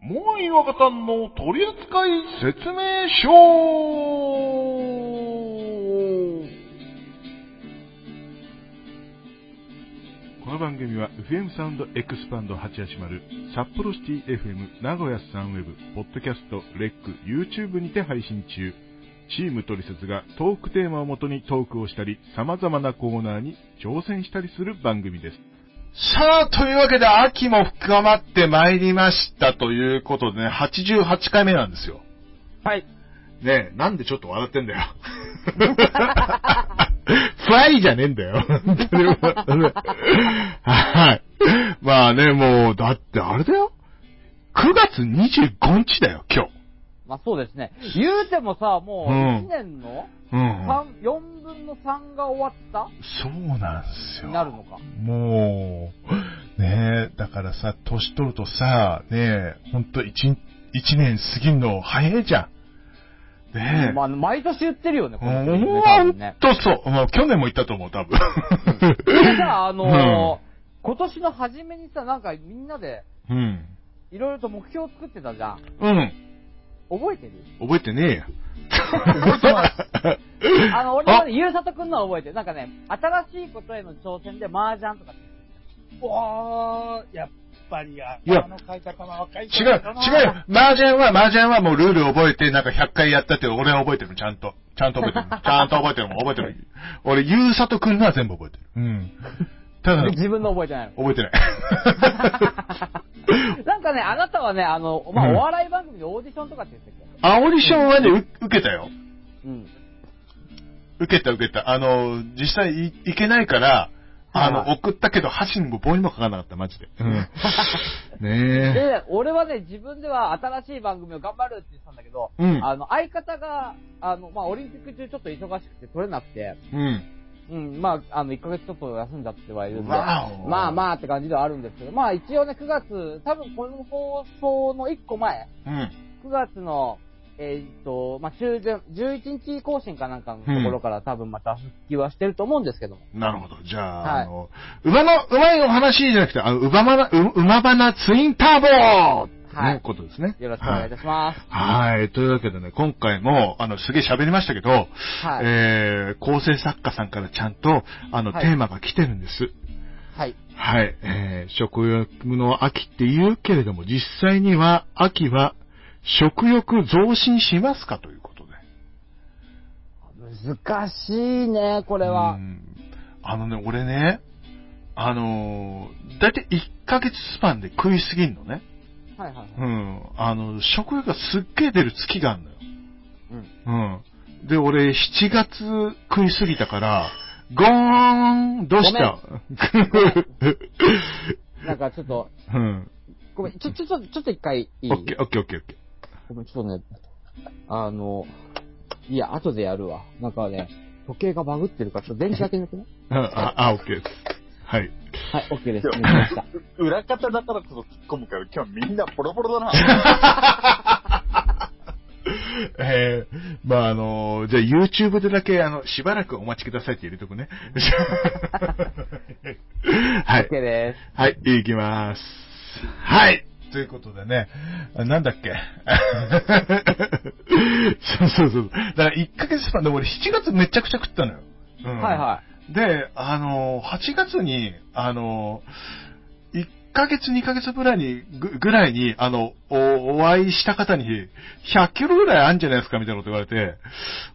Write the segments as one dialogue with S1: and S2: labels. S1: もう岩岡さんの取扱説明書
S2: この番組は FM サウンドエクスパンド880札幌シティ FM 名古屋サンウェブポッドキャストレック YouTube にて配信中チームトリセツがトークテーマをもとにトークをしたり様々なコーナーに挑戦したりする番組です
S1: さあ、というわけで秋も深まってまいりましたということでね、88回目なんですよ。
S3: はい。
S1: ねえ、なんでちょっと笑ってんだ よ。ファイじゃねえんだよ。本当にはい。まあね、もう、だってあれだよ。9月25日だよ、今日。
S3: まあそうですね。言うてもさ、もう
S1: うん
S3: 1年の
S1: うん。
S3: 三4分の3が終わった
S2: そうなんです
S3: になるのか。
S2: もう、ねえ、だからさ、年取るとさ、ねえ、ほんと一日一年過ぎるの早いじゃん。ねえ。
S3: まあ、毎年言ってるよね、こ
S2: う
S3: の
S2: ん
S3: 人ね、多
S2: ほん
S3: 分ね。
S2: とそう。もう去年も行ったと思う、多分。
S3: じゃあ、あのー
S2: うん
S3: 今年の初めにさ、なんかみんなで、
S2: うん。
S3: いろいろと目標を作ってたじゃん。
S2: うん。
S3: 覚えてる
S2: 覚えてねえ や。
S3: あの、俺はね、ゆうさとくんのは覚えてる。なんかね、新しいことへの挑戦で麻雀とか。
S4: おー、やっぱり、あ
S2: いや
S4: の買い方は若い
S2: 違う、違うよ。麻雀は、麻雀はもうルール覚えて、なんか100回やったって俺は覚えてる、ちゃんと。ちゃんと覚えて る。ちゃんと覚えてるもん、覚えてる。俺、ゆうさとくんのは全部覚えてる。うん。ただ、覚
S3: 自分の覚えてないの。
S2: えてない。
S3: なんかね、あなたはね、あの、まあ、
S2: うん
S3: お笑い番組でオーディションとかって言ってたっ
S2: あ、オーディションはね、う受けたよ。
S3: けうん。
S2: 受けた受けた。あの、実際い行けないから、あ
S3: は
S2: の、
S3: い
S2: 送ったけど、箸にも棒にもかからなかった、マジで。 ねえ。
S3: で、俺はね、自分では新しい番組を頑張るって言ってたんだけど、
S2: うん
S3: あの、相方が、あの、まあ、オリンピック中ちょっと忙しくて取れなくて、
S2: うん。
S3: うん、まあ、あの、1ヶ月ちょっと休んじゃってはいるんで、
S2: わお
S3: まあまあって感じではあるんですけど、まあ一応ね、9月、多分この放送の1個前、
S2: うん。
S3: 9月の、えーっと、まあ中旬、11日更新かなんかのところから多分また復帰はしてると思うんですけども。
S2: なるほど。じゃあ、
S3: はい
S2: あの、馬の、馬いお話じゃなくて、あの、馬ばな、う馬ばなツインターボー
S3: はい
S2: ね、ことですね。
S3: よろしくお願いいたします。
S2: はい。はい。というわけでね、今回も、あの、すげえ喋りましたけど、
S3: はい。
S2: えー、構成作家さんからちゃんと、あの、
S3: はい
S2: テーマが来てるんです。
S3: はい。
S2: はい。えー、食欲の秋って言うけれども、実際には、秋は、食欲増進しますかということで。
S3: 難しいね、これ
S2: う
S3: は。
S2: んあのね、俺ね、あのー、だいたい1ヶ月スパンで食いすぎんのね。
S3: はいはいはい。
S2: うん。あの、食欲がすっげえ出る月があんのよ。
S3: うん。
S2: うん。で、俺、7月食いすぎたから、ゴーンどうした
S3: なんかちょっと、
S2: うん。
S3: ごめん、ちょ、ちょ、ちょ、ちょっと一回いい
S2: オッケー、オッケー、オッケー、オッケ
S3: ごめん、ちょっとね、あの、いや、後でやるわ。なんかね、時計がバグってるから、ちょっと電池だけ抜 くね。
S2: ー。うんあ、あ、オッケーです。はい。
S3: はい、OK です。抜きました。
S4: 裏方だからこそ突っ込むから、今日みんなボロボロだな。
S2: えー、まああのーじゃあ YouTube でだけ、あの、しばらくお待ちくださいって入れとくね。 はい。
S3: OK です。
S2: はい、行きます。はい。ということでね、あなんだっけ。 そうそうそう。だから1ヶ月スパンで俺7月めちゃくちゃ食ったのよ。うん、。
S3: はいはい
S2: で、あのー、8月に、あのー、1ヶ月2ヶ月ぐらいに、ぐぐらいに、あの、お、お会いした方に、100キロぐらいあるんじゃないですかみたいなこと言われて、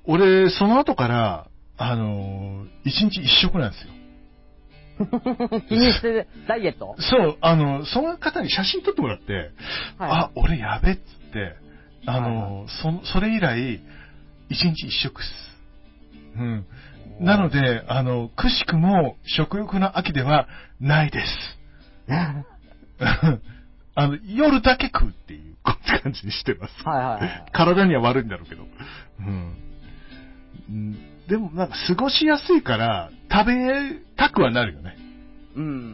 S2: 俺、その後から、あのー、1日1食なんですよ。
S3: い。 気にして、ダイエット
S2: そう、あの、その方に写真撮ってもらって、
S3: はい。
S2: あ、俺やべっつって、あ
S3: はい
S2: の、そ、それ以来、一日一食っす。うん。なので、あの、くしくも食欲の秋ではないです。 あの、夜だけ食うっていう感じにしてます。
S3: はいはいはい。
S2: 体には悪いんだろうけど。うん。うんでもなんか過ごしやすいから、食べたくはなるよね。う
S3: う。
S2: ん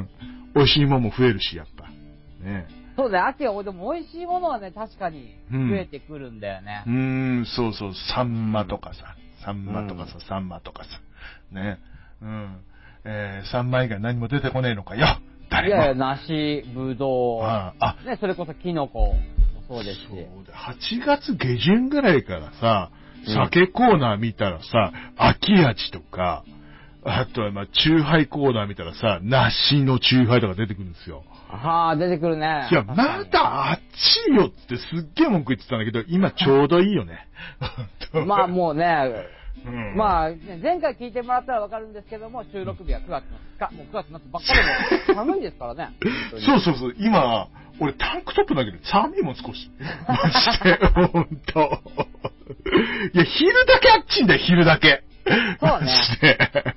S2: ん。美味しいもんも増えるし、やっぱ。ね
S3: そうだね、秋は、でも美味しいものはね、確かに増えてくるんだよね
S2: う。ーん、そうそう、サンマとかさ、サンマとかさ、サンマとかさ、ね。うん。えー、サンマ以外何も出てこねえのかよ。誰
S3: いやいや、
S2: が。
S3: 梨、ぶど
S2: はい
S3: う、
S2: あ、
S3: ね、それこそキノコもそうですし。
S2: そうだ。8月下旬ぐらいからさ
S5: うん、
S2: 酒コーナー見たらさ、秋味とか、あとはまあ、チューハイコーナー見たらさ、梨のチューハイとか出てくるんですよ。
S3: はあ、出てくるね。
S2: いや、
S3: 確か
S2: ま
S3: に
S2: だ暑いよってすっげえ文句言ってたんだけど、今ちょうどいいよね。
S3: まあもうね、
S2: う、ん
S3: まあ、ね前回聞いてもらったらわかるんですけども、収録日は9月の2日、もう9月になってばっかりも寒いですからね。
S2: そうそうそう、今、俺タンクトップだけど、寒いもん少 し。マジで、ほんと。いや、昼だけあっちいんだよ、昼だけ。
S3: そうね
S2: マジで。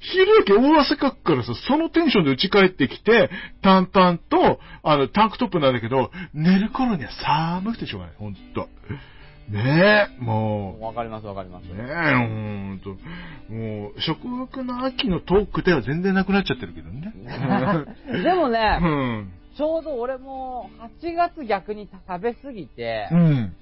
S2: 昼だけ大汗かくからさ、そのテンションで家帰ってきて、淡々と、あの、タンクトップなんだけど、寝る頃には寒くてしょうがない、ほんと。ねえ、もう。
S3: わかりますわかります。
S2: ねえ、ほんと。もう、食欲の秋のトークでは全然なくなっちゃってるけど ね。
S3: でも
S2: う
S3: ね、
S2: ん。
S3: ちょうど俺も8月逆に食べ過ぎて
S2: う、ん。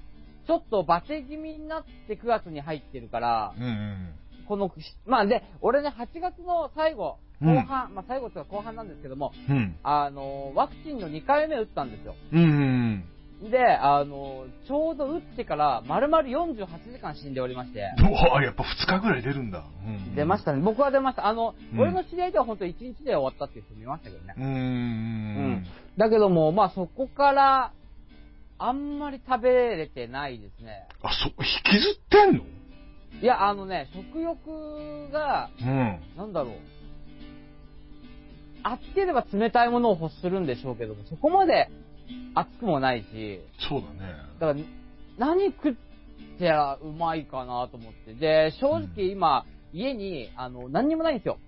S3: ちょっとバテ気味になって9月に入ってるから、
S2: うんうん。
S3: この、まあで、俺ね、8月の最後、
S2: うん
S3: 後半、まあ最後っていうか後半なんですけども、
S2: うん。
S3: あの、ワクチンの2回目打ったんですよ。
S2: うん。
S3: で、あの、ちょうど打ってから、丸々48時間死んでおりまして。
S2: うわやっぱ2日ぐらい出るんだ。うん
S3: 出まし。たね。僕は出ました。あの、
S2: うん
S3: 俺の知り合いでは本当1日で終わったっていう人見ましたけどね
S2: う。ん。うん。
S3: だけども、まあそこから、あんまり食べれてないですね。
S2: あ、そ、引きずってんの
S3: いや、あのね、食欲が、
S2: うん。
S3: なんだろう。熱ければ冷たいものを欲するんでしょうけども、そこまで熱くもないし、
S2: そうだね。
S3: だから、何食ってらうまいかなと思って。で、正直今、家に、あの、何にもないんですよ。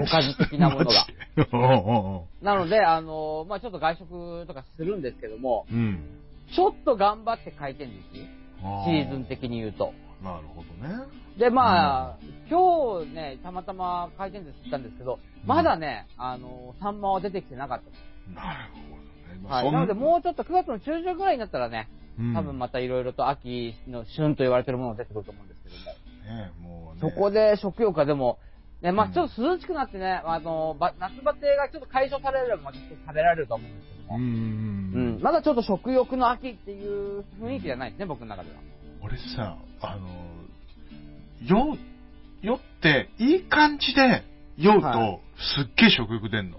S3: おかず的なものが。
S2: マジで。う
S3: なので、あの、まあちょっと外食とかするんですけども、
S2: んうんうん。うん。
S3: ちょっと頑張って回転寿司
S2: あ
S3: シーズン。的に言うと。
S2: なるほどね。
S3: で、まあ、今日ね、たまたま回転寿司行ったんですけど、まだね、あの、サンマは出てきてなかったです。
S2: なるほどね。まあ
S3: はい。
S2: そん
S3: なので、もうちょっと9月の中旬ぐらいになったらね、
S2: うん
S3: 多分またいろいろと秋の旬と言われてるものが出てくると思うんですけども。
S2: ねもう
S3: そ
S2: ね。
S3: こで食欲がでも、ね、ま
S2: う
S3: あ
S2: ん
S3: ちょっと涼しくなってね、あの、ば夏バテがちょっと解消されれば、まあちょっと食べられると思うんですけど
S2: う
S3: ね。
S2: ん。
S3: うん、まだちょっと食欲の秋っていう雰囲気じゃないですね、僕の中では。
S2: 俺さ、あの、酔う、酔って、いい感じで酔う
S3: はい
S2: と、すっげえ食欲出んの。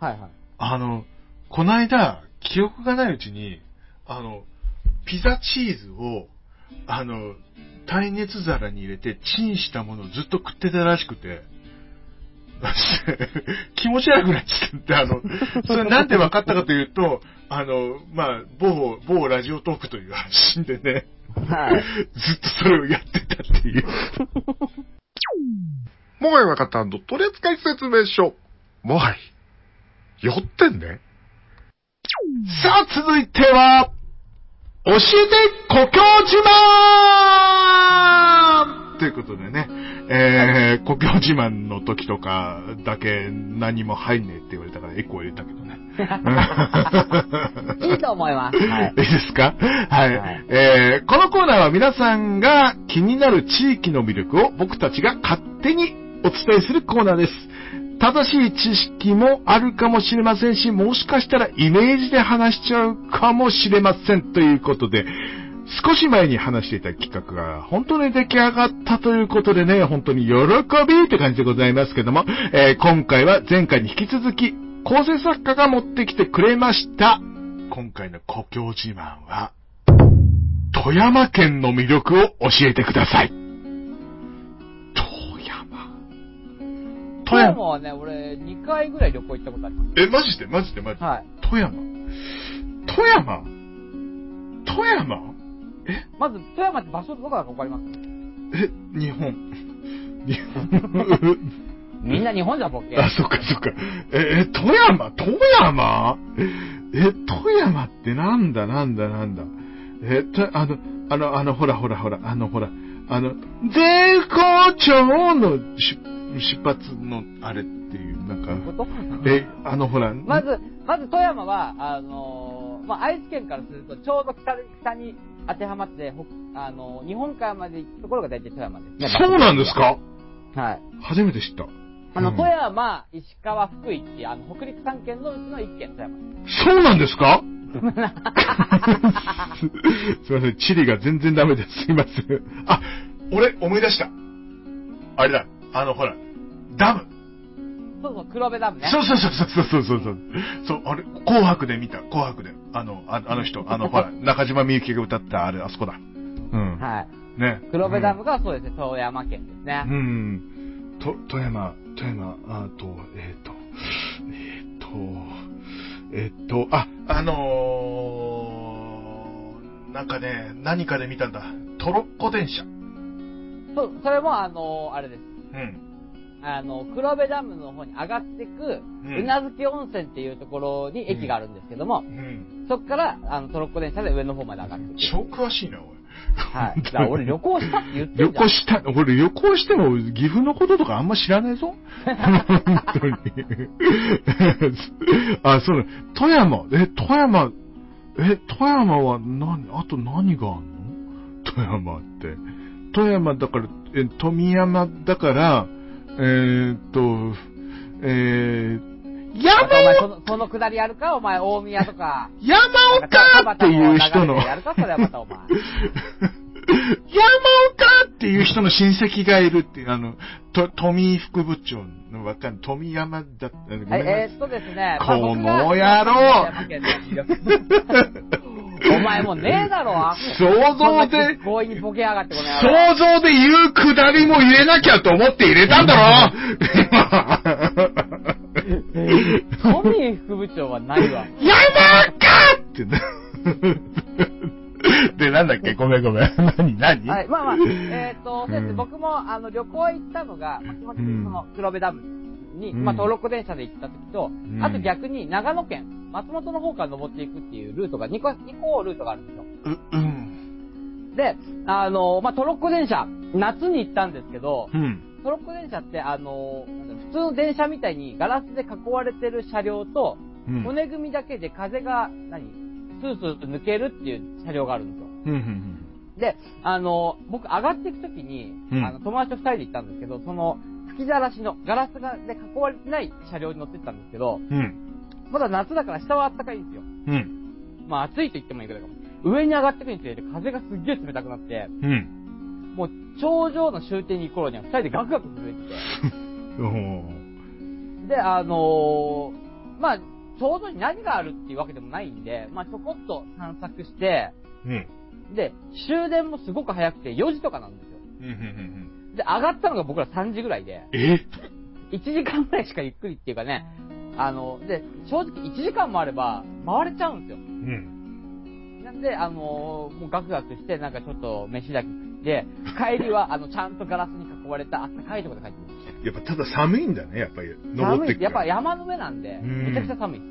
S3: はいはい。
S2: あの、こないだ、記憶がないうちに、あの、ピザチーズを、あの、耐熱皿に入れて、チンしたものをずっと食ってたらしくて、 気持ち悪くなっちゃって、あの、それなんで分かったかというと、あの、まあ、某、某ラジオトークという発信でね、
S3: はい。
S2: ずっとそれをやってたっていう。
S6: もがいわかったの取扱説明書。もがい。酔ってんね。
S2: さあ、続いては、教えて故郷自慢ということでね、えー、故郷自慢の時とかだけ何も入んねえって言われたからエコー入れたけどね。
S3: いいと思います。はい
S2: いい。ですかはい、
S3: はい
S2: えーこのコーナーは皆さんが気になる地域の魅力を僕たちが勝手にお伝えするコーナーです。正しい知識もあるかもしれませんし、もしかしたらイメージで話しちゃうかもしれませんということで、少し前に話していた企画が本当に出来上がったということでね、本当に喜びって感じでございますけども、えー今回は前回に引き続き、構成作家が持ってきてくれました。今回の故郷自慢は、富山県の魅力を教えてください。富山。富
S3: 今日
S2: 山。
S3: もね、俺、2回ぐらい旅行行ったことありま
S2: え、マジでマジでマジ
S3: す。
S2: で。
S3: はい。
S2: 富山。富山富山
S3: まず、富山って場所どこだかわかります
S2: え、日本。 日本。
S3: みんな日本じゃボケ。
S2: あ、そっかそっか。え、え富山富山え、富山ってなんだなんだなんだ。え、と、あの、あの、あの、ほらほらほら、あの、ほら、あの、絶好調のし出発のあれっていう、なんか、
S3: こと
S2: え、あの、ほら、
S3: まず、まず富山は、あのーまあ、愛知県からすると、ちょうど北北に当てはまって、ほあのー日本海まで行くところが大体富山ですね。
S2: そうなんですか
S3: はい。
S2: 初めて知った。
S3: あの、
S2: うん
S3: 富山、石川、福井っていう、あの、北陸三県のうちの一県、富山。
S2: そうなんです かすいません、地理が全然ダメです。すいません。あ、俺、思い出した。あれだ、あの、ほら、ダム。
S3: そうそう、黒部ダムね。
S2: そうそうそうそうそうそうそう。そう、あれ、紅白で見た、紅白で。あの、ああの人、あの、ほら、中島みゆきが歌った、あれ、あそこだ。うん。
S3: はい。
S2: ね。
S3: 黒部ダムがそうですね、富山県ですね。
S2: うん。と、富山、富山、あと、えっ、と、えっ、と、えっ、と、あ、あのー、なんかね、何かで見たんだ。トロッコ電車。
S3: そう、それもあの、あれです。
S2: うん。
S3: あの、黒部ダムの方に上がっていく、
S2: うん
S3: うなずき温泉っていうところに駅があるんですけども
S2: う、ん。
S3: そこから、あの、トロッコ電車で上の方まで上がっていく。
S2: 超詳しいな、おい。
S3: はい。だから俺旅行したって言って
S2: 旅
S3: るじゃん。
S2: 行した、俺旅行しても岐阜のこととかあんま知らないぞ。本当に。あ、そうだ。富山、え、富山、え、富山は何、あと何があんの富山って。富山だから、え、富山だから、えー、っと、えー、
S3: あとお前
S2: 山
S3: その、そのくだりやるかお前、大宮とか。
S2: 山岡っていう人の。
S3: やるかそれはまたお前。
S2: 山岡っていう人の親戚がいるっていう、あの、と、富井副部長のわかん、富山だった、ご めんな
S3: はい、え
S2: さ
S3: ー
S2: い。
S3: っとですね。
S2: この
S3: まあ僕
S2: 野
S3: が
S2: 郎
S3: 山県の魅力お前もうねえだろ、あ
S2: 想像
S3: こんな
S2: で
S3: に、強引にボケやがってこの野郎。
S2: 想像で言うくだりも入れなきゃと思って入れたんだろ
S3: トミー副部長はないわ。
S2: 山岡ってな。で、なんだっけごめんごめん。何何
S3: はい、まあ まあ、えっ、と、そうです
S2: う
S3: ね
S2: ん
S3: 僕も、あの、旅行行ったのが、まあ基本的にその、黒部ダムに、
S2: うん
S3: まあ、登録電車で行った時と、
S2: ん
S3: あと逆に、長野県、松本の方から登っていくっていうルートが、2個、2個ルートがあるんですよ。
S2: う、うん。
S3: で、あの、まあ、トロッコ電車、夏に行ったんですけど、
S2: うん。
S3: トロッコ電車って、あの、なんだろう普通の電車みたいにガラスで囲われてる車両と、
S2: うん。
S3: 骨組みだけで風が、何、スースーと抜けるっていう車両があるんですよ。
S2: うんうん。
S3: で、あの、僕上がっていくときに、
S2: うん
S3: あの、友達と二人で行ったんですけど、その、吹きざらしのガラスがで囲われてない車両に乗ってったんですけど、
S2: うん。
S3: まだ夏だから下は暖かいんですよ。
S2: うん。
S3: まあ暑いと言ってもいいけど、上に上がってくにつれて風がすっげえ冷たくなって、
S2: うん。
S3: もう頂上の終点に行く頃には二人でガクガク震えて
S2: うん。
S3: て、で、あのーまあ、頂上に何があるっていうわけでもないんで、まあちょこっと散策して、
S2: うん。
S3: で、終電もすごく早くて4時とかなんですよ。
S2: うんうんうん
S3: で、上がったのが僕ら3時ぐらいで、
S2: え
S3: 1時間ぐらいしかゆっくりっていうかね、あの、で、正直1時間もあれば回れちゃうんで
S2: う
S3: すよ。
S2: ん。
S3: なんで、あのもうガクガクして、なんかちょっと飯だけ食って、帰 りは、あの、ちゃんとガラスに囲われたあったかいところで帰ってきました。
S2: やっぱただ寒いんだね、やっぱり。登っ
S3: 寒
S2: てく
S3: い、やっぱ
S2: や
S3: 山の上なんで、
S2: うん
S3: めちゃくちゃ寒いです。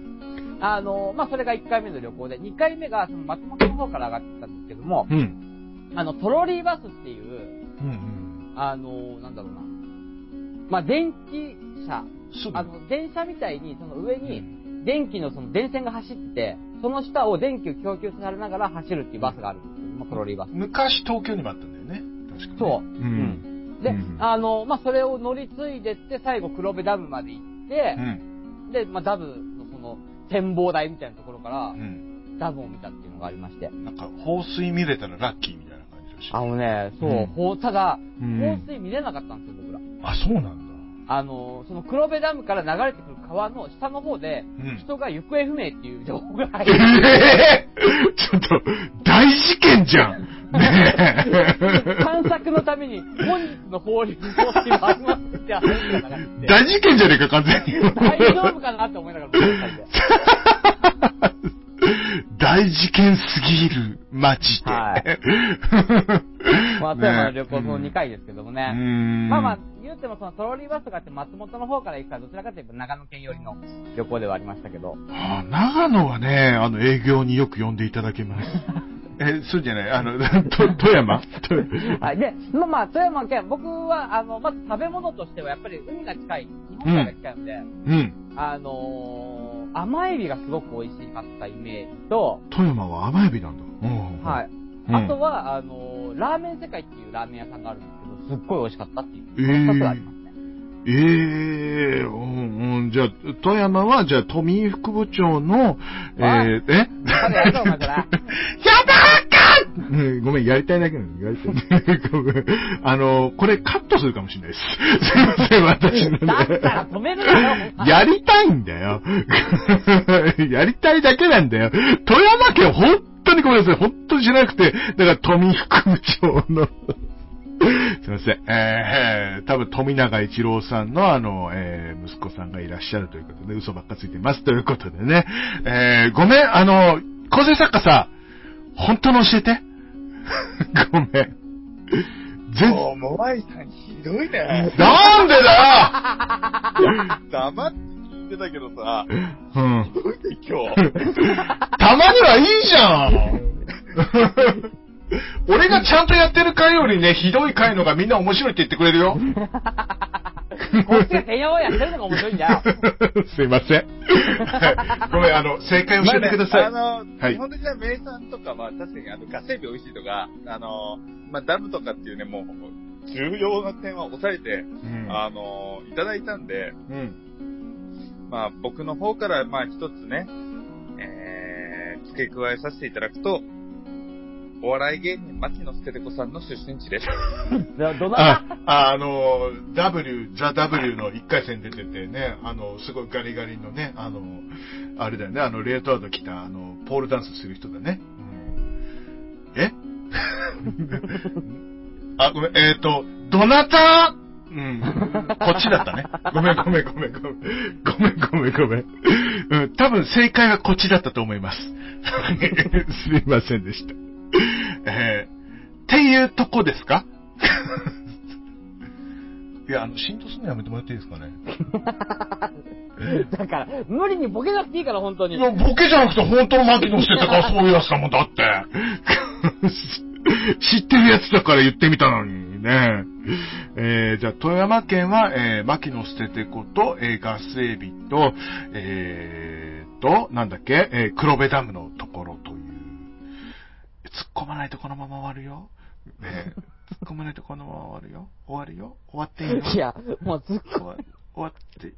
S3: あのまあ、それが1回目の旅行で、2回目が、その、松本の方から上がってきたんですけども、
S2: うん。
S3: あの、トロリーバスっていう、
S2: うん。
S3: あのなんだろうな、まあ、電気車、
S2: そうだ。
S3: あの、電車みたいに、その上に、電気のその電線が走ってて、その下を電気を供給されながら走るっていうバスがあるんですよ。まあ、トロリーバス。
S2: 昔東京にもあったんだよね。確かに。
S3: そ
S2: う
S3: う。
S2: ん。
S3: で、
S2: うん
S3: あの、まあ、それを乗り継いでって、最後黒部ダムまで行って
S2: う、ん。
S3: で、まあ、ダムのその、展望台みたいなところから
S2: う、ん。
S3: ダムを見たっていうのがありまして。
S2: なんか、放水見れたらラッキーみたいな感じだし。
S3: あのね、そう、
S2: うん
S3: ほうただ、
S2: うん
S3: 放水見れなかったんですよ、僕ら。
S2: あ、そうなん
S3: あの、その黒部ダムから流れてくる川の下の方で、
S2: うん
S3: 人が行方不明っていう情報が入っ
S2: だ。
S3: て、
S2: ええちょっと、大事件じゃん ね
S3: 探索のために、本日の放流をしてありますって話が流
S2: え。
S3: れて
S2: 大事件じゃねえか、完全に。
S3: 大丈夫かなって思いながら僕は書いて、
S2: 大事件すぎる、マジで。
S3: はい
S2: い
S3: まあ、富山の旅行その2回ですけども
S2: う
S3: ね。
S2: ん。
S3: まあまあ、言うてもそのトロリーバスとかって松本の方から行くから、どちらかというと長野県寄りの旅行ではありましたけど。
S2: ああ長野はね、あの、営業によく呼んでいただけ ます。え、そうじゃないあの、と富山と
S3: はい。で、まあまあ、富山県、僕は、あの、まず食べ物としてはやっぱり海が近い、日本海が近いので、
S2: うん。
S3: あのー甘エビがすごく美味しかったイメージと、
S2: 富山は甘エビなんだ。うん。。
S3: はいい。
S2: うん
S3: あとは、あのーラーメン世界っていうラーメン屋さんがあるんですけど、すっごい美味しかったっていう。
S2: えー
S3: 二つありますね。
S2: ええうん、うん、じゃあ、富山は、じゃあ、富井副部長の、えー、
S3: はい
S2: え
S3: 彼やったお前から。
S2: うんごめん、やりたいだけなの。やりたい。 ごめんあの、これカットするかもしれないです。すいません、私のね
S3: だったら止めるなよ。
S2: やりたいんだよ。 やりたいだけなんだよ。富山県本当にごめんなさい。本当に知らなくて、だから富副部長の。 すいません。えー、多分富永一郎さんのあの、えー、息子さんがいらっしゃるということで、嘘ばっかついてますということでね。えー、ごめん、あの、構成作家さん、本当の教えて。 ごめん。全
S4: もう、モアイさんひどいね。
S2: なんでだ
S4: 黙って聞いてたけどさ、
S2: ようん。
S4: ひどいね、今日。
S2: たまにはいいじゃ ん俺がちゃんとやってる回よりね、ひどい回のがみんな面白いって言ってくれるよ。
S3: こっちがてんやわんやしてるのが面白いんだよ。
S2: すいません。 はいごめん、あの、正解教えてください。
S4: まあね
S2: は
S4: あの、
S2: い
S4: 基本的な名産とかは、確かに、あの、ガセビ美味しいとか、あの、まあ、ダムとかっていうね、もう、重要な点は抑えて、
S2: うん
S4: あの、いただいたんで、
S2: うん
S4: まあ、僕の方から、まあ、一つね、えー、付け加えさせていただくと、お笑い芸人、牧野捨て子さんの出身 地です。
S3: どどな
S2: あ、ああの、W、ザ・ W の1回戦出ててね、あの、すごいガリガリのね、あの、あれだよね、あの、レートアウト来た、あの、ポールダンスする人だね。うん、え あ、ごめん、えっ、ー、と、どなたうん。こっちだったね。ごめん、ごめん、ごめん、ごめん。ごめん、ごめん、ごめん。うん、多分正解はこっちだったと思います。 すみませんでした。えー、っていうとこです かいや、あの、浸透するのやめてもらっていいです かね。
S3: だから、無理にボケなくていいから、本当に
S2: い。や、ボケじゃなくて本当の牧野してたから、そういうやつだもん、だって。 知ってるやつだから言ってみたのにね。えー、じゃあ、富山県は、えー、牧野捨ててこと、えー、ガスエビと、えー、と、なんだっけ、えー、黒部ダムのところという。突っ込まないとこのまま終わるよ。ね、突っ込まないとこのまま終わるよ。終わるよ。終わっていいよ。
S3: いや、もうずっ
S2: 終わ終わって、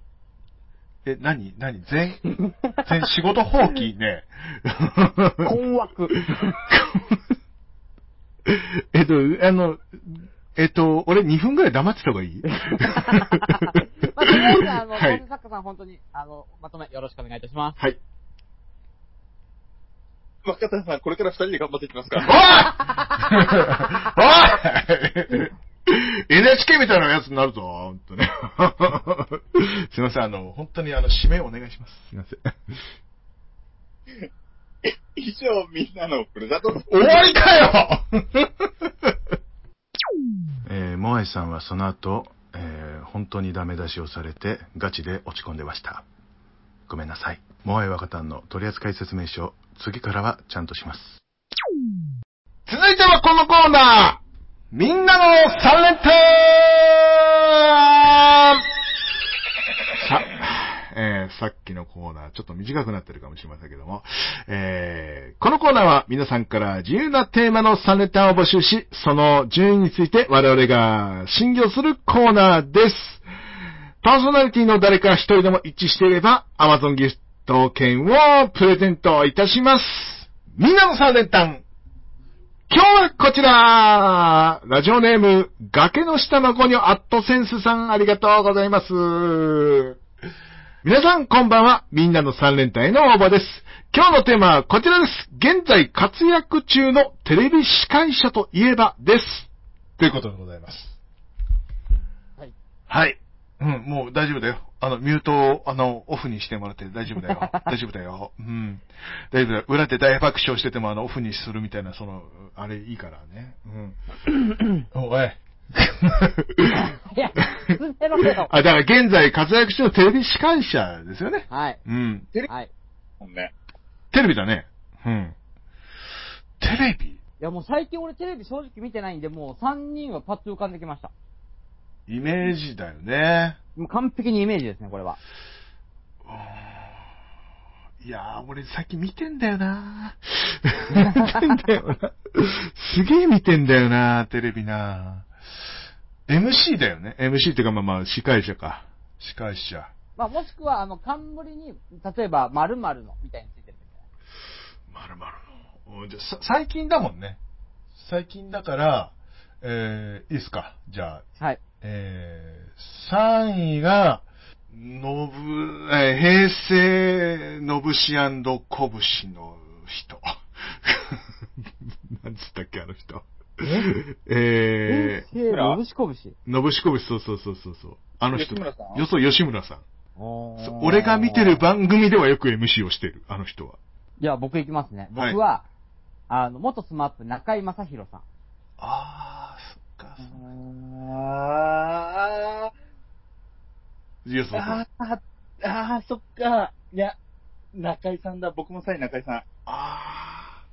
S2: え、何何全、全仕事放 棄ね。
S3: と困惑。
S2: えっと、あの、えっと、俺2分ぐらい黙ってた方がい い
S3: まあ、とりあえず、あの、
S2: は
S3: はいい、作家さん、本当に、あの、まとめ、よろしくお願いいたします。
S2: はい。
S4: 若田さん、これから二人で頑張っていきますか
S2: おい
S4: ら。
S2: おい NHK みたいなやつに なるぞ、ほんとね。すいません、あの、本当にあの、締めお願いします。すいません。
S4: 以上、みんなのふるさとの
S2: 終わりかよ えー、モアイさんはその後、えー本当にダメ出しをされて、ガチで落ち込んでました。ごめんなさい。モアイ若旦の取扱説明書、次からはちゃんとします。続いてはこのコーナーみんなの三連単さ、えー、さ っきのコーナー、ちょっと短くなってるかもしれませんけども、えー、このコーナーは皆さんから自由なテーマの3レターを募集し、その順位について我々が審議をするコーナーです。パーソナリティの誰か一人でも一致していれば、Amazon ギフト券をプレゼントいたします。みんなの3連単今日はこちらラジオネーム、崖の下のゴニョアットセンスさんありがとうございます。皆さん、こんばんは。みんなの三連単への応募です。今日のテーマはこちらです。現在活躍中のテレビ司会者といえばです。ということでございます。
S3: はい。
S2: はい。うん、もう大丈夫だよ。あの、ミュートを、あの、オフにしてもらって大丈夫 だよ。大丈夫だよ。うん。大丈夫だよ。裏で大爆笑してても、あの、オフにするみたいな、その、あれいいからね。 うん。おい。
S3: いや、続けろよ。
S2: あ、だから現在活躍中のテレビ司会者ですよね。
S3: はい。
S2: うん。
S3: はい。
S4: もんね。
S2: テレビだね。うん。テレビ
S3: いや、もう最近俺テレビ正直見てないんで、もう3人はパッと浮かんできました。
S2: イメージだよね。
S3: もう完璧にイメージですね、これは。
S2: いやー、俺さっき見てんだよな見てんだよな。すげえ見てんだよなテレビな MC だよね。MC っていうか、まあまあ、司会者か。司会者。
S3: まあ、もしくは、あの、冠に、例えば、〇〇の、みたいについてるみた
S2: ま
S3: い
S2: るまるの。うんじゃさ最近だもんね。最近だから、えー、いいっすか。じゃあ、
S3: な。はい。
S2: えー、3位が、のぶ、えー平成のぶしこぶしの人。 なんつったっけ、あの人。え
S7: えー、のぶしこぶし。
S2: ー、のぶしこぶし、そうそうそうそうそう。あの人。
S4: 吉村さん
S2: よそう、吉村さん。そう
S7: 俺
S2: 俺が見てる番組ではよく MC をしてる、あの人は。
S3: じゃあ、僕いきますね。僕
S2: はい
S3: は、あの、元スマップ、中井正宏さん。
S2: あー、そっか、
S4: あ
S2: いや、そうそう。
S4: あああー、そっか。いや、中井さんだ。僕もさえ中井さん。
S2: ああ。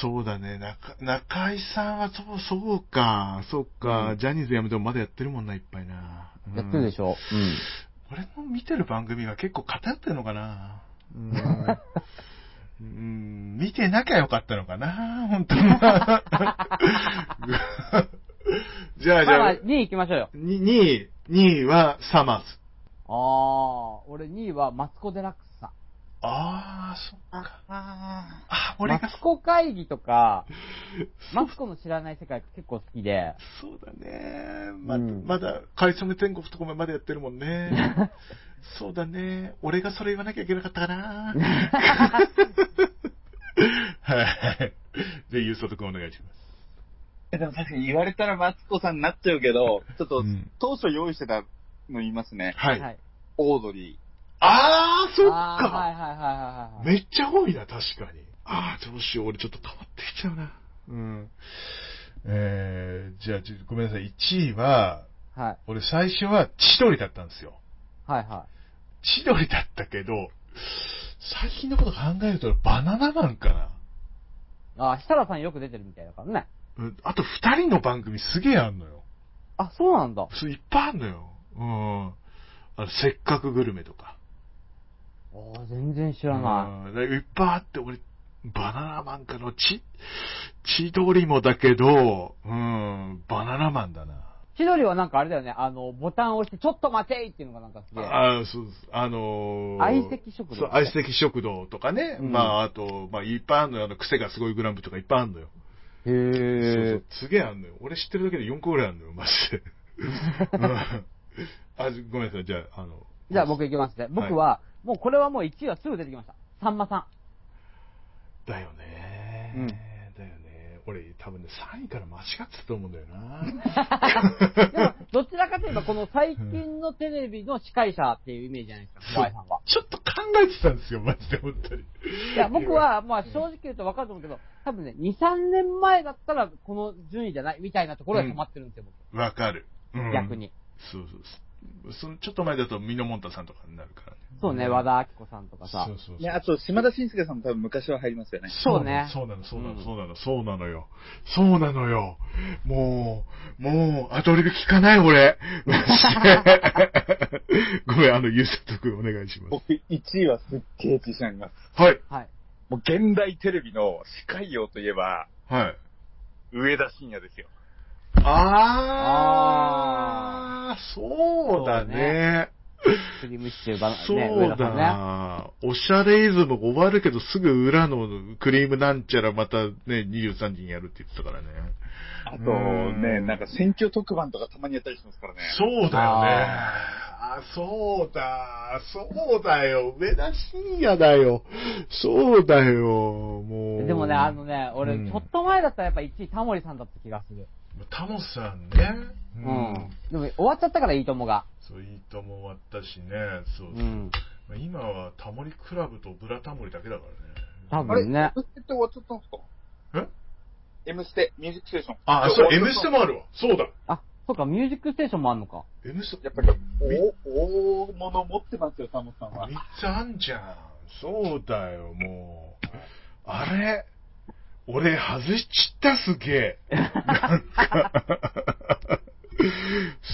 S2: そうだね。中、中井さんはそう、そうか。そうか。ジャニーズ辞めてもまだやってるもんな、いっぱいな。うん
S7: やってるでしょ。うん。
S2: 俺の見てる番組が結構偏ってるのかな。うん。うん見てなきゃよかったのかな、本当に。じゃあ、じ
S3: まあま
S2: ゃ
S3: あ、
S2: あ、
S3: 2位行きましょうよ。
S2: に2位、2位はサマーズ。
S3: あー、俺2位は、マツコ・デラックスさん。
S2: ああ、そっか。
S4: あ
S2: あ、俺が
S3: マツコ会議とか、マツコの知らない世界が結構好きで、
S2: そうだね。ま,、
S7: うん
S2: まだ、かりそめ天国とかまでやってるもん ね。そうだね。俺がそれ言わなきゃいけなかったか な。はい。で、ゆうそとくんお願いします。
S4: あ。でも確かに言われたらマツコさんになっちゃうけど、ちょっと
S2: うん
S4: 当初用意してたの言いますね。
S2: はい。
S3: はい。
S4: オードリ
S2: あー、そっ
S3: あー、はい
S2: か、
S3: はいはいはいはいはい。
S2: めっちゃ多いな、確かに。あー、どうしよう。俺ちょっと溜まってきちゃうな。うん。えー、じゃあ、ちょごめんなさい。1位は、
S3: はい。
S2: 俺最初は千鳥だったんですよ。
S3: はいは
S2: 千鳥だったけど、最近のこと考えるとバナナマンかな。
S3: い。あー、設楽さんよく出てるみたいだからね。
S2: うんあと二人の番組すげえあんのよ。
S3: あ、そうなんだ。
S2: そういっぱいあんのよ。うん。あの、せっかくグルメとか。
S3: あー、全然知
S2: う
S3: らない。
S2: ん。だからいっぱいあって、俺、バナナマンかの、ち、千鳥もだけど、うん、バナナマンだな。
S3: 千鳥はなんかあれだよね、あの、ボタンを押して、ちょっと待ていっていうのがなんかすげえ。
S2: ああ、そうです。あのー、
S3: 相席食堂
S2: そう、相席食堂とかね。
S3: うん
S2: まあ、あと、まあ、いっぱいあんのよ。あの、癖がすごいグランプリとかいっぱいあんのよ。
S7: へ
S2: そうそ
S7: え
S2: う。すげえあんのよ。俺知ってるだけで4個ぐらいあんのよ、マジ で。 うんあ、ごめんなさい、じゃあ、あの。
S3: じゃあ僕行きますね。僕は、もうこれはもう1位はすぐ出てきました。さんま さ
S2: だよねー。
S3: うん
S2: だよねー。俺、多分ね、3位から間違ってたと思うんだよな。
S3: ん。でも、どちらかといえばこの最近のテレビの司会者っていうイメージじゃないです
S2: そう
S3: か、河合さんは。
S2: ちょっと考えてたんですよ、マジで、本当に。
S3: いや、僕は、まあ正直言うと分かると思うけど、多分ね、2、3年前だったらこの順位じゃないみたいなところで止まってるんですよ、
S2: わかる。うん
S3: 僕。逆。に。
S2: そうそう。そのちょっと前だと、ミノモンタさんとかになるからね。
S3: そうね、和田アキ子さんとかさ
S2: そう。そうそう
S4: ー。ね、あと島田紳介さんも多分昔は入りますよね。
S3: そうね
S2: そうなの、そうな
S3: う
S2: の、
S3: ん
S2: そうなの、そうなのよ。そうなのよ。もう、もう、アドリブ聞かない、俺。ごめん、あの、ゆうさとくんお願いします。
S4: 僕、1位はすっげえ自信あります。
S2: はい、
S3: はい。
S4: もう現代テレビの司会業といえば、
S2: はい。
S4: 上田晋也ですよ。
S2: あー、そうだね。
S3: クリームシチューバナ
S2: そう
S3: ね、上田
S2: だ
S3: さんね。
S2: な、おしゃれイズム終わるけど、すぐ裏のクリームなんちゃらまたね、23時にやるって言ってたからね。
S4: あと
S2: うん
S4: ね、なんか選挙特番とかたまにやったりしますからね。
S2: そうだよね。あ
S3: あ
S2: そうだ、そうだよ、上田晋也だよ。そうだよ、もう。
S3: でもね、あの、ね、俺、
S2: うん
S3: ちょっと前だったらやっぱ1位タモリさんだった気がする。
S2: タモさんね。
S3: うん。でも終わっちゃったからいいともが。
S2: そう、いいとも終わったしね。そう
S3: う。ん。
S2: まあ今はタモリクラブとブラタモリだけだからね。
S3: 多分ね。
S4: M ステって終わっちゃったんですかえ ?M ステ、ミュージックステーション。
S2: あ、あそう、M ステ
S4: も。
S2: もあるわ。そうだ。
S3: あ、そうか、ミュージックステーションもあんのか。
S2: M ステ。
S4: やっぱり、お、大物持ってますよ、サモさんは
S2: 3。つあんじゃん。そうだよ、もう。あれ俺、外しちった、すげえ。なんか。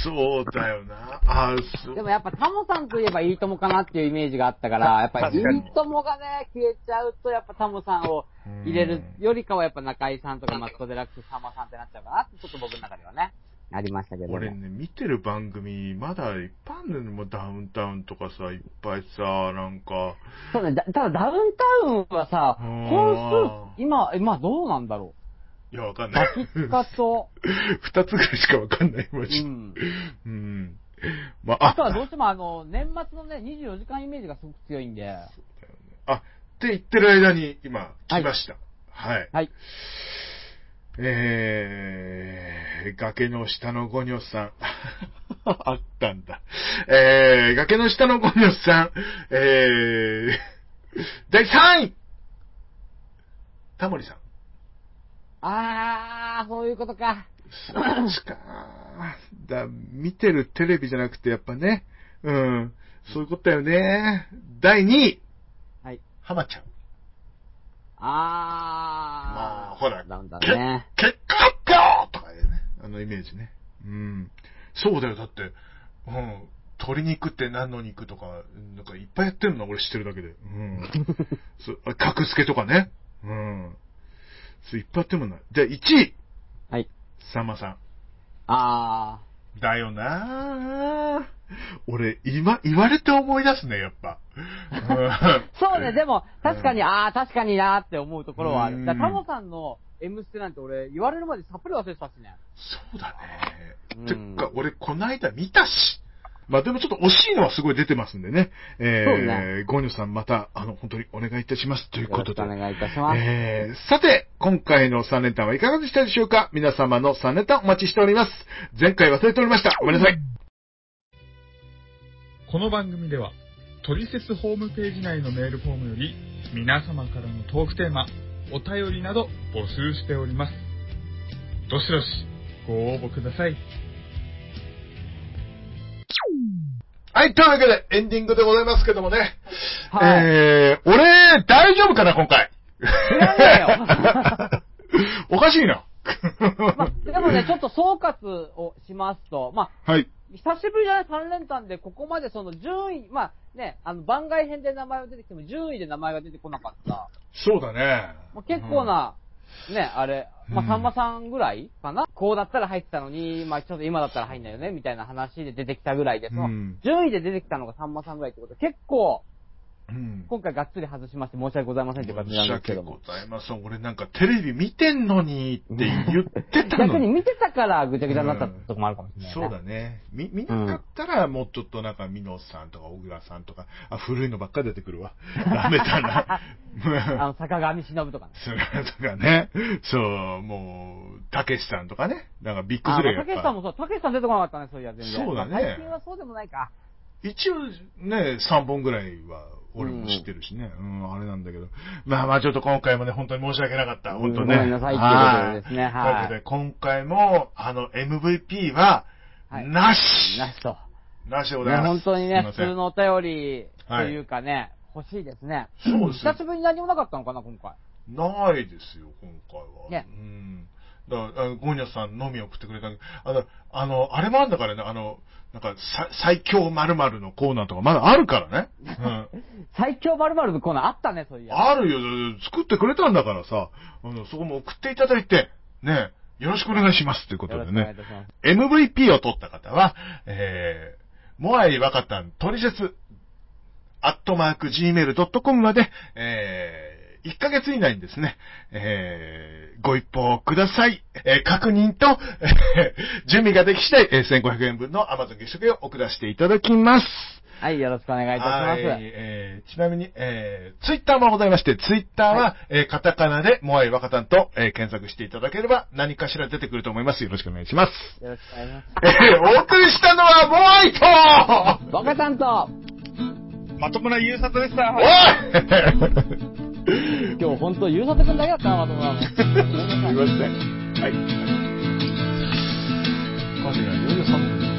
S2: そうだよな。あ、そう
S3: でもやっぱタモさんといえばいいともかなっていうイメージがあったから、やっぱい
S4: 確かに
S3: いともがね、消えちゃうとやっぱタモさんを入れるよりかはやっぱ中井さんとかマツコデラックスさんまさんってなっちゃうかなって、ちょっと僕の中ではね。
S8: ありましたけども。
S2: 俺ね、見てる番組、まだいっぱいあるのよもうダウンタウンとかさ、いっぱいさ、なんか、
S3: そうね、だただダウンタウンはさ、
S2: うーん
S3: 本数、今、今どうなんだろ
S2: いや、わかん
S3: う。
S2: な
S3: バ
S2: い。
S3: キッカと、
S2: 二つぐらいしかわかんない、マ
S3: う
S2: ジで。
S3: ん。
S2: うん。まあ、
S3: あと
S2: あ、
S3: はどうしてもあの、年末のね、24時間イメージがすごく強いんで、
S2: って言ってる間に、今、来ました。はい。
S3: はい。
S2: えー、崖の下のゴニョさん。 あったんだ。えー、崖の下のゴニョさん。えー、第3位タモリさん。
S3: あー、そういうことか。
S2: そうですか。だ、見てるテレビじゃなくて、やっぱね。うん。そういうことだよね。第2位。
S3: はい。
S2: 浜ちゃん。まあ
S3: あー。
S2: ほら
S3: なんだね。
S2: 結果発表とかいうね。あのイメージね。うん。そうだよ。だって、うん。鶏肉って何の肉とか、なんかいっぱいやってるの俺知ってるだけで。うん。 そうあ格付けとかね。うん。そういっぱいやってるもんな。じゃあ1位。
S3: はい。
S2: さんまさん。
S3: あ
S2: だよなぁ。俺、今、言われて思い出すね、やっ ぱ。うん
S3: ー。そうね、でも、確かに、あー、確かになーって思うところはあ
S2: う
S3: る。
S2: ん
S3: だからタモさんの M ステなんて俺、言われるまでさっぱり忘れてたしね。
S2: そうだ
S3: う
S2: ね。
S3: ん
S2: てっか、俺、こないだ見たし。まあでもちょっと惜しいのはすごい出てますんでね。
S3: そう
S2: え
S3: ね
S2: ー、ゴニョさんまた、あの、本当にお願いいたします。という
S8: よ
S2: こ
S8: ろ
S2: と
S8: し
S2: で
S8: くお。願いいたします。
S2: えー、さて、今回の3連単はいかがでしたでしょうか皆様の3連単お待ちしております。前回忘れておりました。ごめんなさい。
S4: この番組では、トリセツホームページ内のメールフォームより、皆様からのトークテーマ、お便りなど募集しております。どしどし、ご応募ください。
S2: はい、というわけで、エンディングでございますけどもね。
S3: はい。
S2: えー、俺、大丈夫かな、今回。
S3: らね
S2: おかしい な。
S3: まあ、でもね、ちょっと総括をしますと、まあ、
S2: はい。
S3: 久しぶりじゃない3連単で、ここまでその順位、まあね、あの番外編で名前が出てきても、順位で名前が出てこなかった。
S2: そうだね。
S3: まあ、結構な、ね、あれ、ま
S2: う
S3: あ、
S2: ん
S3: さんまさんぐらいかな、こうだったら入ってたのに、まあ、ちょっと今だったら入んないよね、みたいな話で出てきたぐらいで、その
S2: うん
S3: 順位で出てきたのがさんまさんぐらいってことで、結構、
S2: うん。
S3: 今回がっつり外しまして申し訳ございませんって感じなんですけども
S2: 申。し訳ございません。俺なんかテレビ見てんのにって言ってたの。
S3: 逆に見てたからぐちゃぐちゃになったとこもあるかもしれない、
S2: そ
S3: ね
S2: うだね。み、見なかったら、もうちょっとなんか、ミノさんとか、小倉さんとか、あ、古いのばっかり出てくるわ。 ダメだな。
S3: あの、坂上忍とかね。
S2: それとかね。そう、もう、たけしさんとかね。なんか、ビッグ
S3: あ、
S2: フレ
S3: ま
S2: や
S3: あ
S2: った
S3: けしさんもそう、たけしさん出てこなかったね、そういや、全然。
S2: そうだね
S3: まあ最近はそうでもないか。
S2: 一応ね、3本ぐらいは俺も知ってるしね。うん、あれなんだけど。まあまあちょっと今回もね、本当に申し訳なかった。本当ね。
S3: ごめんなさいっていうことでですね
S2: はい。
S3: はい
S2: ということで、今回も、あの、MVP は、
S3: はい
S2: なし、
S3: なしと。
S2: なしでござい
S3: ね、
S2: ます。
S3: 本当に
S2: す
S3: ね、普
S2: いませ
S3: 通
S2: ん。
S3: のお便りというかね、欲しいですね。
S2: そうです
S3: 久しぶりに何もなかったのかな、今回。
S2: ないですよ、今回は。
S3: ね
S2: うん。だから、あゴニョさんのみ送ってくれたあだあの、あれもあるんだからね、あの、なんか、さ最強〇〇のコーナーとかまだあるからね。うん。
S3: 最強〇〇のコーナーあったね、そういや。
S2: あるよ、だって作ってくれたんだからさ、あの、そこも送っていただいて、ね、よろしくお願いしますということ
S3: よろ
S2: で
S3: しくお願い
S2: ね
S3: い。たします。
S2: MVP を取った方は、えー、モアイ若カタントリセツ、アットマーク gmail.com まで、えー、1ヶ月以内にですね、えー、ご一報ください。えー、確認と、えー準備ができ次第、えー1500円分の Amazon 月食を送らせていただきます。
S3: はい、よろしくお願いいたします。
S2: はいえーちなみに、えー、ツイッターもございまして、ツイッターは、えーカタカナで、モアイ若カタンと、えー検索していただければ、何かしら出てくると思います。よろしくお願いします。
S3: よろしくお願いします。
S2: えーお送りしたのは、モアイと
S3: ボカさんと、
S9: まともな優作でした。
S2: おい
S3: 今日本当、ゆうさとくんだけだったな、まともなの。
S2: すいません。はい。今夜は夜寒くなります